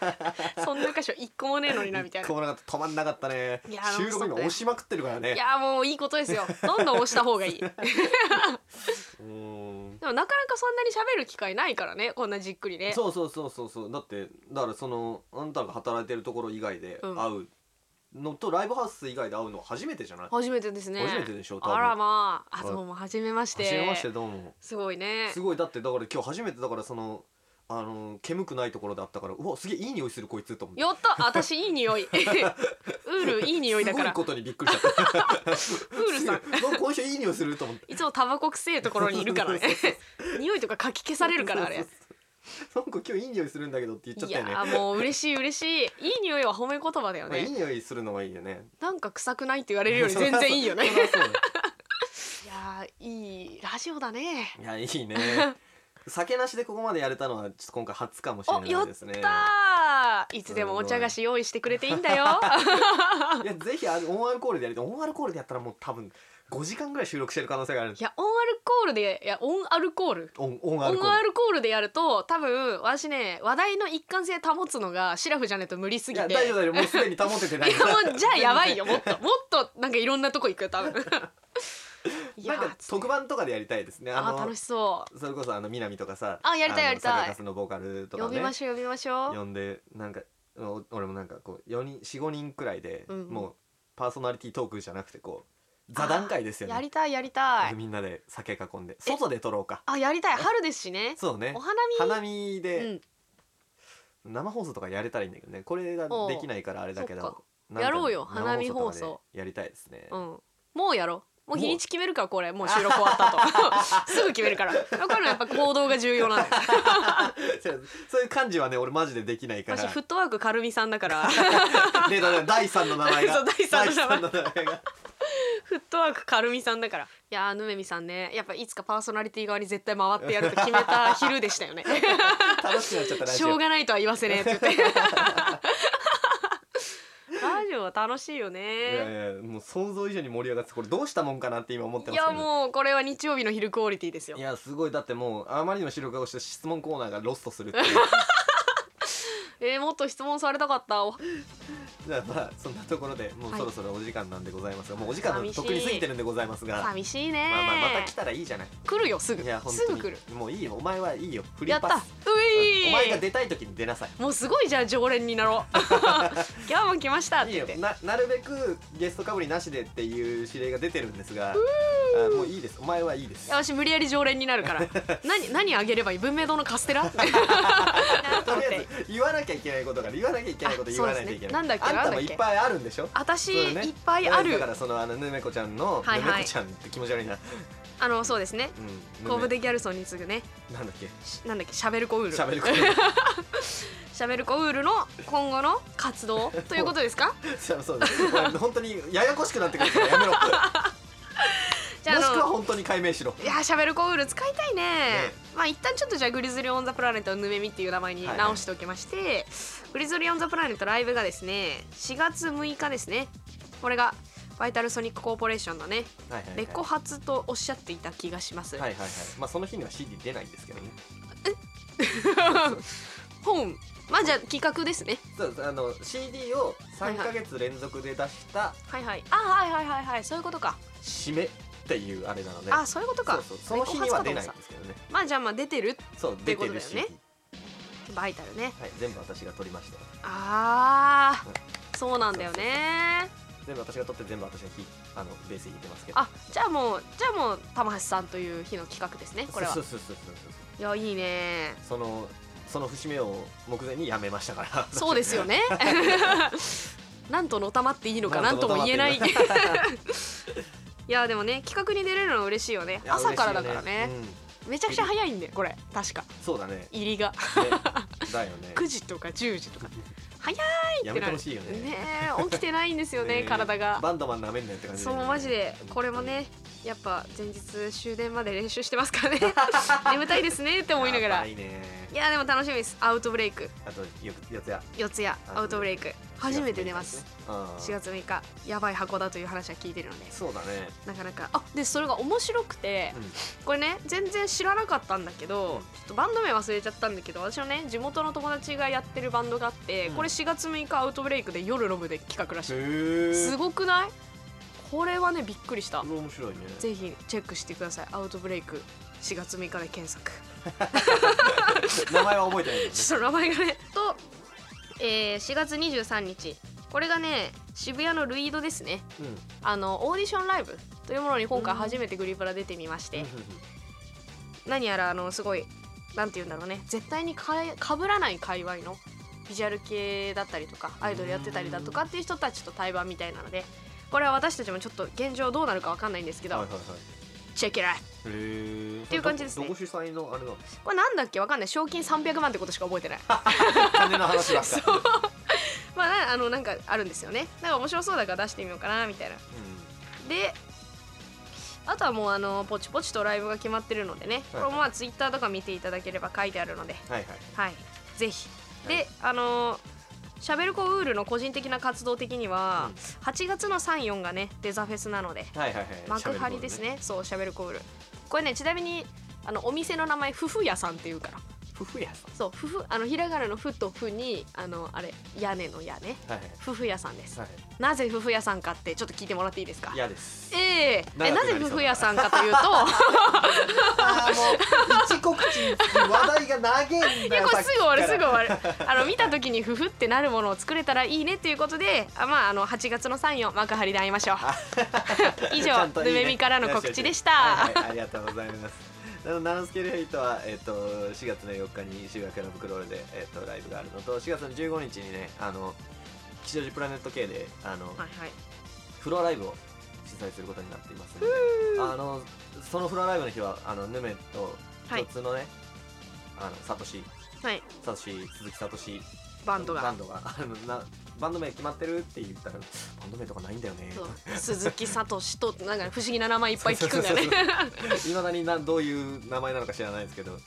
C: そんな箇所1個もねえのになみ
A: ち
C: た
A: ゃっ
C: いな
A: てこうなかった止まんなかったね
C: いやー
A: 収録今押しまくってるからね
C: いやもういいことですよ
A: (laughs)
C: どんどん押した方がいいでも
A: うーん
C: なかなかそんなに喋る機会ないからねこんなじっくりね
A: そうそうそうそうそうだってだからそのあんたが働いてるところ以外で
C: うん
A: 会うのと、ライブハウス以外で会うのは初めてじゃない
C: 初めてですね
A: 初めてでしょ多分
C: あらまああ
A: はい
C: どうも初めまして
A: 初めましてどうも
C: すごいね
A: すごいだってだから今日初めてだからそのあの煙くないところであったからうわすげえいい匂いするこいつと思って
C: やった私いい
A: (laughs)
C: 匂いウールいい匂いだか
A: すご
C: ら
A: いことにびっくりしちゃった
C: ウールさん
A: (laughs) すごいこの人いい匂いすると思って
C: いつもタバコ臭いところにいるからね匂いとかかき消されるからあれ
A: (laughs) そうそうそうなんか今日いい匂いするんだけどって言っちゃっ
C: い
A: たよね
C: やもう嬉しい嬉しいいい匂いは褒め言葉だよ
A: まあいい
C: ね
A: 匂いするのはいいよね
C: なんか臭くないって言われるより全然いいよ
A: (laughs)
C: ね
A: そりゃそうだよ
C: いやーいいラジオだね
A: いやいいね酒なしでここまでやれたのはちょっと今回初かもしれ
C: おや
A: ない
C: っ
A: ですね
C: たーいつでもお茶菓子用意してくれていいんだよ
A: いやぜひあのオンアルコールでやりたいオンアルコールでやったらもう多分5時間ぐらい収録してる可能性がある
C: (laughs) いやオンアルコールでいやオンアルコール
A: オンオン
C: オ
A: アルコ
C: ンア
A: ール
C: ルコールでやると多分私ね話題の一貫性保つのがシラフじゃないと無理す
A: い
C: ぎ
A: や
C: て
A: 大丈夫大丈夫もうすでに保ててない
C: いや
A: から
C: もうじゃあやばいよもっともっとなんかいろんなとこ行くよ多分いや
A: なんか
C: ー
A: 特番とかでやりたいですね
C: あ
A: あ
C: ー
A: の
C: 楽しそう
A: それこそあの南とかさ
C: あやりた
A: あ
C: い
A: の
C: やりたい
A: サカカスのボーカルとか
C: 呼び
A: ね
C: ましょう呼びましょう
A: 呼んでなんかお俺もなんかこう4人45人くらいで、
C: うんうん
A: もうパーソナリティトークじゃなくてこう座談会ですよね
C: やりたいやりたい
A: みんなで酒囲んで外で撮ろうか
C: あやりたい春ですしね
A: そうね
C: お花見
A: 花見
C: う
A: で
C: ん
A: 生放送とかやれたらいいんだけどねこれが
C: おう
A: できないからあれだけ
C: そっか
A: どなんか
C: やろうよ
A: 生
C: 花見
A: とかで
C: 放送
A: やりたいですね
C: うんもうやろうもう日にち決めるからこれもう収録終わっ
A: (laughs)
C: たとすぐ決めるからだからやっぱ行動が重要なんだよ
A: (laughs) そうそういう感じはね俺マジでできないから
C: 私フットワー
A: (laughs)
C: ク軽みさんだから
A: でだから第三の名前が
C: そう第三の名
A: 第三
C: 前
A: の名前が
C: フットワーク軽みさんだからいやーぬめみさんねやっぱいつかパーソナリティ側に絶対回ってやると決めた昼でし
A: (laughs)
C: たよね
A: 楽しくなっちゃったラ
C: し
A: ジ
C: ょう
A: オ
C: がないとは言わせねえっ
A: (laughs)
C: て言ってラジオは楽しいよ
A: い
C: ね
A: やいやもう想像以上に盛り上がってこれどうしたもんかなって今思って
C: い
A: ます
C: や
A: けど
C: もうこれは日曜日の昼クオリティですよ
A: いやすごいだってもうあまりにも白化をして質問コーナーがロストするっていう
C: えー、もっと質問されたかったお
A: (laughs) じゃあまあそんなところでもう
C: はい
A: そろそろお時間なんでございますが、もうお時間の
C: 寂しい
A: とっくに過ぎてるんでございますが
C: 寂しいね
A: まあまあまた来たらいいじゃない
C: 来るよすぐ
A: いや本
C: す
A: 当
C: ぐ
A: に
C: 来る
A: もういいよお前はいいよフリ
C: や
A: ー
C: っ
A: パ
C: たう
A: ス
C: い
A: お前が出たい時に出なさい
C: もうすごいじゃあ常連になろ
A: (laughs)
C: うギャーマン来ましたっ
A: い
C: て
A: い
C: 言っ
A: よ
C: て
A: ななるべくゲストかぶりなしでっていう指令が出てるんですがあもういいですお前はいいです
C: いや私無理やり常連になるから
A: (laughs)
C: 何何あげればいい文明堂のカステラ
A: とりあえず言わなきゃいけないことから言わなきゃいけないこと言わないといけない、
C: あそうですねなんだっけ
A: あんた
C: なんだ
A: も
C: っ
A: い
C: け
A: っぱいあるんでしょ
C: 私、
A: そうだね
C: いっぱいあ
A: だ
C: る
A: からそのあのぬめこちゃんの、
C: はいはい
A: ぬめこちゃんって気持ち悪いな、
C: あのそうですね
A: うん、
C: コブ
A: ぬ
C: デギャルソンに次ぐね
A: めなんだっけ
C: しなんだっけしゃべるコウール
A: 喋ること (laughs)
C: しゃべるコウールの今後の活動ということで
A: (laughs)
C: すか
A: そうそうですお前本当にややこしくなってくるからやめろも
C: (laughs) じゃああ
A: しくは
C: の
A: 本当に解明しろ
C: いやしゃべるコウール使いたいね
A: ね
C: まあ一旦ちょっとじゃあグリズリー・オン・ザ・プラネットのぬめみっていう名前に
A: はいはい
C: 直しておきまして、グリズリー・オン・ザ・プラネットライブがですね4月6日ですねこれがバイタルソニックコーポレーションのね
A: はいはいはい
C: レコ発とおっしゃっていた気がします、
A: はいはいはいまあその日には CD 出ないんですけどね
C: (laughs) 本まあじゃあ企画ですね
A: そうあの CD を3ヶ月連続で出した
C: はいはいあはいはいはいはいそういうことか、
A: 締めっていうあれなので
C: あそういうことか
A: そうそうその日には出ないんですけどね
C: まあじゃあまあ出てる
A: そう
C: て
A: 出
C: こ
A: て
C: とだ
A: る
C: よね
A: CD、
C: バイタルね
A: はい、全部私が撮りました
C: あーそうなんだよね
A: 全部私が撮って全部私が弾いあのベース弾いてますけど
C: あじゃあもうじゃあもう玉橋さんという日の企画ですねこれは
A: そうそうそうそうそうそう
C: いやいいね
A: そのその節目を目前にやめましたから
C: そうですよね (laughs) なんとのたまっていい
A: (laughs)
C: のかなんとも言えないい (laughs) やでもね企画に出れるのは嬉しいよね朝からだからねめちゃくちゃ早いんでこれ確か
A: うんそうだね
C: (laughs)
A: ね
C: 入りが
A: だよね
C: 9時とか10時とか早い
A: や
C: っ
A: め
C: てな
A: て
C: る
A: ほしいよね
C: ねえ起きてないんですよね体が
A: バンドマンなめんなよって感じだ
C: そ
A: よ
C: う
A: ね
C: マジでこれもねやっぱ前日終電まで練習してますからね眠たいですねって思いなが
A: や
C: ら
A: ば
C: い
A: いね
C: やでも楽しみですアウトブレイク
A: あとよくやつや
C: 四谷アウトブレイク初めて出ます4
A: 4月
C: 月6日やばい箱だという話は聞いてるので
A: そうだね
C: なかなかあでそれが面白くて
A: うん
C: これね全然知らなかったんだけ
A: う
C: ど
A: ん
C: ちょっとバンド名忘れちゃったんだけど私のね地元の友達がやってるバンドがあって
A: うん
C: これ4月6日アウトブレイクで夜ロブで企画らしい
A: へえ
C: すごくないこれはねびっくりした
A: 面白いね
C: ぜひチェックしてくださいアウトブレイク4月6日で検索
A: 名前は覚えてない
C: (laughs)
A: けどね
C: ちょっと名前がねと、えー、4月23日これがね渋谷のルイードですね
A: うん
C: あのオーディションライブというものに今回初めてグリプラ出てみまして、何やらあのすごいなんて言うんだろうね絶対にかえ被らない界隈のビジュアル系だったりとかアイドルやってたりだとかっていう人たちと対バンみたいなのでこれは私たちもちょっと現状どうなるかわかんないんですけど、
A: はいはいはい
C: チェックライ
A: へー
C: っていう感じですね
A: どこ主催のあれなの
C: これなんだっけわかんない賞金300万ってことしか覚え (laughs) てない
A: 金の話ばっか
C: まあなあのなんかあるんですよねなんか面白そうだから出してみようかなみたいなであとはもうあのポチポチとライブが決まってるのでねこれもまあツイッターとか見ていただければ書いてあるので
A: うんはいはい
C: はいぜひで、
A: はい
C: あのしゃべるコウールの個人的な活動的には、8月の34がねデザフェスなので
A: はいはいはい
C: 幕張ですねそうしゃべるコウールこれねちなみにあのお店の名前ふふ屋さんっていうから
A: 夫婦屋さ
C: そうふふあのひらがなの「ふ」と「ふ」にあのあれ屋根の屋ね
A: んはいはい
C: ふふ屋さんです、
A: はい
C: なぜふふ屋さんかってちょっと聞いてもらっていいですか
A: 嫌です
C: えええ
A: 長
C: な
A: くなりそうだ
C: ぜふふ屋さんか
A: (laughs)
C: というと
A: あーもう一告知話題が長えん
C: い
A: だ
C: や
A: よ
C: これすぐ終わるすぐ終
A: わ
C: わるあの見た時にふふってなるものを作れたらいいねっていうことであまああの8月の3 4幕張で会いましょう (laughs) 以上「ぬめみ」からの告知でした、
A: はいはいありがとうございますあのナノスケルヘイトは、えっと4月の4日に渋谷クラブクロールで、えっとライブがあるのと4月の15日にねあの吉祥寺プラネット系であの、
C: はいはい
A: フロアライブを主催することになっていますのであのそのフロアライブの日はあのヌメと
C: はい
A: 共通のね、あのサトシ
C: はい
A: サトシ鈴木サトシ
C: バンドが
A: バンドがあのなバンド名決まってるって言ったらバンド名とかないんだよね
C: そう鈴木聡となんか不思議な名前いっぱい聞くんだよね
A: そうそう (laughs) いまだになどういう名前なのか知らないですけど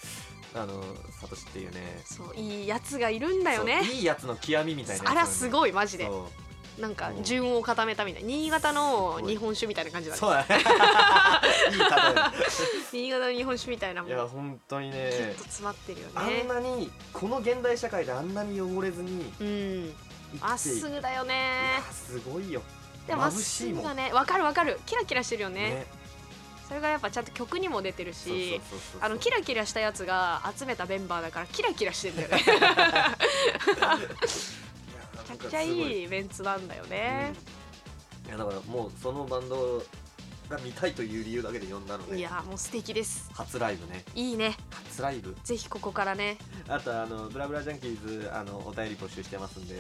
A: あのサトシっていうね
C: (laughs) そういいやつがいるんだよね
A: そういいやつの極みみたいな
C: あらす
A: い
C: ごいマジで
A: そう
C: なんか順を固めたみたい新潟の日本酒みたいな感じだね
A: そうだね (laughs) いい例
C: 新潟の日本酒みたいなも
A: えい
C: んギ
A: や
C: ュ
A: 本当にね
C: ッと詰まってるよ
A: あ
C: ね
A: んなにこの現代社会であんなに汚れずに
C: うん
A: 生
C: まっ
A: きてい
C: す
A: くい
C: ぐだよね
A: やすごいよ
C: でもまっすぐだねわかるわかるキラキラしてるよねそれがやっぱちゃんと曲にも出てる
A: そうそう
C: し
A: そうそう
C: あのキラキラしたやつが集めたメンバーだからキラキラしてんだよねめ
A: いや
C: ち
A: (laughs) な
C: ゃくちゃ
A: んかすご
C: いいメンツなんだよね、
A: いやだからもうそのバンドが見たいという理由だけで呼んだので
C: いやもう素敵です
A: 初ライブね
C: いいね
A: 初ライブ
C: ぜひここからね
A: あとあのブラブラジャンキーズあのお便り募集してますんで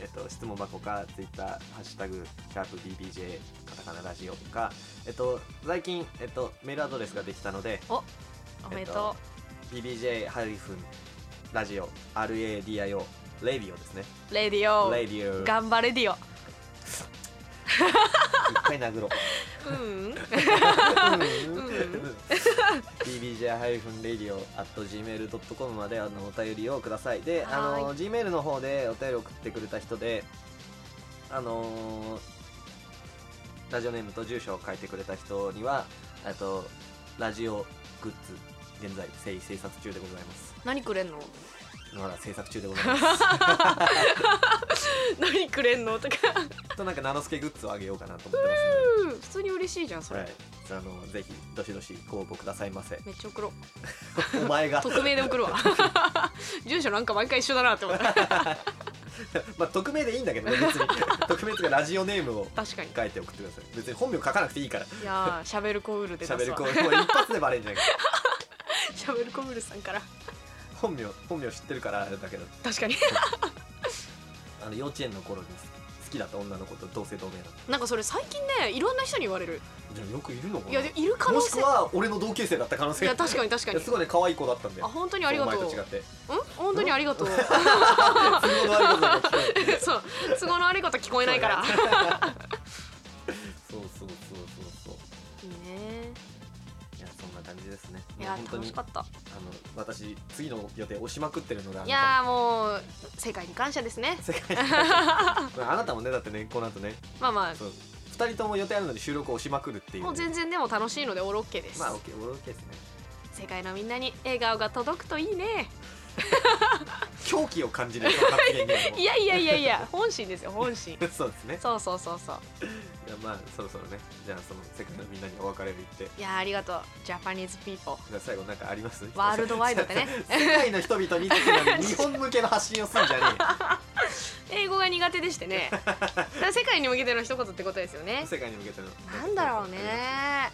A: えっと質問箱かツイッターハッシュタグシャープ BBJ カタカナラジオかえっと最近えっとメールアドレスができたので
C: おめでと
A: BBJ ハイフンラジオ RADIO レディオですね
C: う、レディオ
A: レディオ
C: 頑張れディオ
A: 一回殴ろう
C: うん
A: (laughs)
C: (laughs) ん
A: bbj ハイフンレディオ at gmail ドットコムまであのお便りをください。で、あ
C: は
A: の gmail の方でお便り送ってくれた人で、あのーラジオネームと住所を書いてくれた人には、えっとラジオグッズ現在制制作中でございます。
C: 何く
A: (laughs)
C: れんの
A: まだ制作中でござい
C: (laughs)
A: ます。
C: 何くれんのとか
A: となんかナノスケグッズをあげようかなと思ってま
C: うん普通に嬉しいじゃん
A: す
C: そ
A: ので、
C: れ、
A: はい、あのぜひどしどしご応募くださいま
C: (laughs)。
A: せ
C: めっちゃ送ろう
A: お前が。
C: 匿名で送るわ
A: (laughs)
C: 住所なんか毎回一緒だなって思った
A: まあ匿名でいいんだけど (laughs) ね別に匿名とかラジオネームを
C: 確かに
A: 書いて送ってください別に本名書かなくていいから
C: いやーしゃべるコウールで出すわ
A: 喋る声もう一発でバレんじゃないか
C: しゃべるコウールさんから
A: (laughs) 本名本名知ってるからあれだけど (laughs)
C: 確かに
A: あの幼稚園の頃に好きだった女の子と同姓同名だっ
C: なんかそれ最近ねいろんな人に言われる
A: たじゃあよくいるのか
C: い
A: な
C: やでいる可能
A: もし
C: 性
A: くは俺の同級生だった可能
C: い
A: 性
C: や確かに確か
A: いや
C: に
A: すごいね可愛い子だったんだよ
C: あ本当にありがとう
A: お
C: う
A: 前と違
C: (laughs)
A: って
C: ん本当にありがとう
A: 都合の悪いことが聞こえる
C: (laughs) そう都合の悪いこと聞こえないから
A: そうそうそうそうそう
C: いいね
A: いやそんな感じですね
C: (laughs) いや
A: もう本当
C: 楽
A: に
C: しかった
A: あの私次の予定押しまくってるのであの
C: いやーもう世界に感謝ですね
A: 世界 (laughs) あなたもねだってねこの後ね
C: まあま
A: そう2人とも予定あるので収録を押しまくるってい
C: あ
A: う、
C: もう全然でも楽しいのでオールオッケーです、
A: まあ OK オール OK ですね
C: 世界のみんなに笑顔が届くといいね
A: 狂気を感じるこの発言にはもう
C: いやいやいやいや本心ですよ本心
A: そうですね
C: そうそうそうそう
A: じゃあまあそろそろねじゃあその世界のみんなにお別れを言って
C: いやーありがとうジャパニーズピーポー
A: じゃあ最後なんかあります
C: (laughs) ワールドワイドでね
A: 世界の人々にっていうの
C: (laughs)
A: は日本向けの発信をするんじゃね
C: 英語が苦手でして
A: (laughs)
C: ねだから世界に向けての一言ってことですよ
A: え
C: ね
A: よ世界に向けての
C: なんだろうね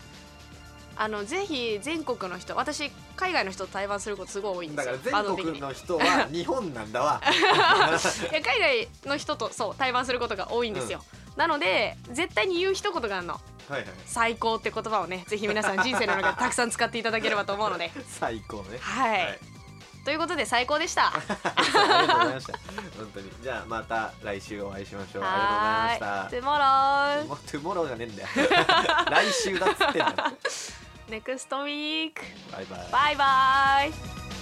C: あのぜひ全国の人私海外の人と対バンすることすごい多いんで
A: だか
C: すよ
A: ら
C: バン
A: 全
C: ド的に
A: 国の人は日本なんだわ
C: いや海外の人とそう対バンすることが多いんですよ、なので絶対に言う一言があるの
A: はいはい
C: 最高って言葉をねぜひ皆さん人生の
A: (laughs)
C: 中でたくさん使っていただければと思うので
A: 最高ね
C: はい、ということで最高でし
A: あ
C: た
A: りがとうございました。本当に。じゃあまた来週お会いしましょう。ありが
C: は
A: と
C: ー
A: うござ
C: い tomorrow
A: いました。トゥモローじゃねえんだよ。 (laughs) 来週だっつってんだよ。
C: next week
A: バイバイ。
C: bye bye